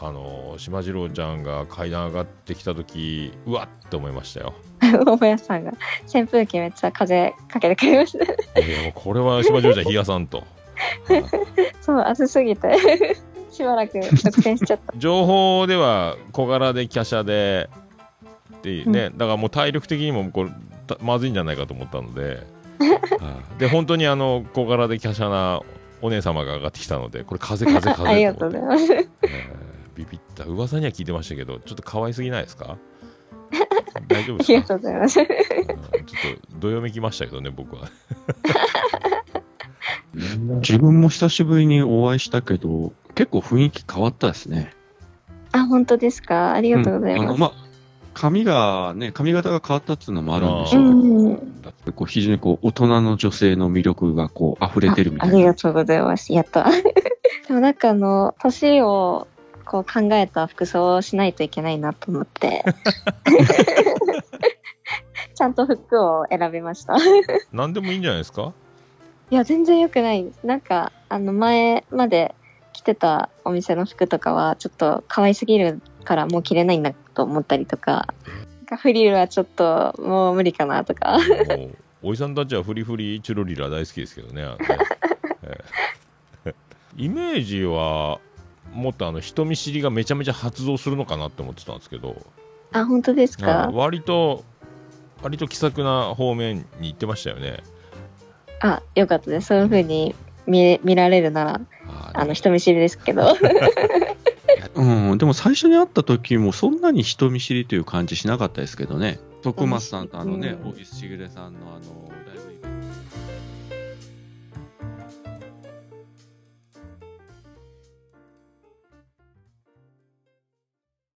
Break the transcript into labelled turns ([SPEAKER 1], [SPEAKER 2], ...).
[SPEAKER 1] あの島次郎ちゃんが階段上がってきた時うわっって思いました よ
[SPEAKER 2] 桃屋さんが扇風機めっちゃ風かけてくれました。
[SPEAKER 1] いやもうこれは島次郎ちゃん冷やさんと、はい
[SPEAKER 2] そう、暑すぎて、 しばらく独占しちゃ った。
[SPEAKER 1] 情報では小柄で華奢でってね、だからもう体力的にもこれたまずいんじゃないかと思ったので はいで本当にあの小柄で華奢なお姉様が上がってきたのでこれ風風風
[SPEAKER 2] ありがとうございます。
[SPEAKER 1] えービビった噂には聞いてましたけどちょっと可愛すぎないですか大丈夫
[SPEAKER 2] あり
[SPEAKER 1] で
[SPEAKER 2] が
[SPEAKER 1] すか
[SPEAKER 2] とうござ います。
[SPEAKER 1] うんちょっとどよめきましたけどね僕は
[SPEAKER 3] 自分も久しぶりにお会いしたけど、結構雰囲気変わったですね。
[SPEAKER 2] あ、本当ですか。ありがとうござい
[SPEAKER 3] んあ
[SPEAKER 2] ま
[SPEAKER 3] の、
[SPEAKER 2] す。
[SPEAKER 3] ま、髪がね、髪型が変わったっていうのもあるんでし
[SPEAKER 2] う
[SPEAKER 3] ょうけど
[SPEAKER 2] ん、
[SPEAKER 3] こう非常にこう大人の女性の魅力がこう溢れてるみ
[SPEAKER 2] あ
[SPEAKER 3] たい
[SPEAKER 2] り
[SPEAKER 3] な
[SPEAKER 2] が。とうございます。やった。 でもなんかあの、年をこう考えた服装をしないといけないなと思 って。 ちゃんと服を選びました。
[SPEAKER 1] 何でもいいんじゃないですか
[SPEAKER 2] いや、全然良くないです。なんか、あの、前まで着てたお店の服とかは、ちょっと可愛すぎるからもう着れないんだと思ったりとか、なんかフリルはちょっともう無理かなとか、
[SPEAKER 1] もうおじさんたちはフリフリチュロリラ大好きですけどねあのねええイメージはもっとあの人見知りがめちゃめちゃ発動するのかなって思ってたんですけど
[SPEAKER 2] あ、本当です
[SPEAKER 1] あ
[SPEAKER 2] か
[SPEAKER 1] の割と割と気さくな方面に行ってましたよね
[SPEAKER 2] あ、よかったです。そういう風に見見られるなら、
[SPEAKER 1] あー
[SPEAKER 2] あの、人見知りですけど。
[SPEAKER 3] うん、でも最初に会った時もそんなに人見知りという感じしなかったですけどね。徳松さんとあのね、
[SPEAKER 2] うん
[SPEAKER 3] 大石しげるさんのあの、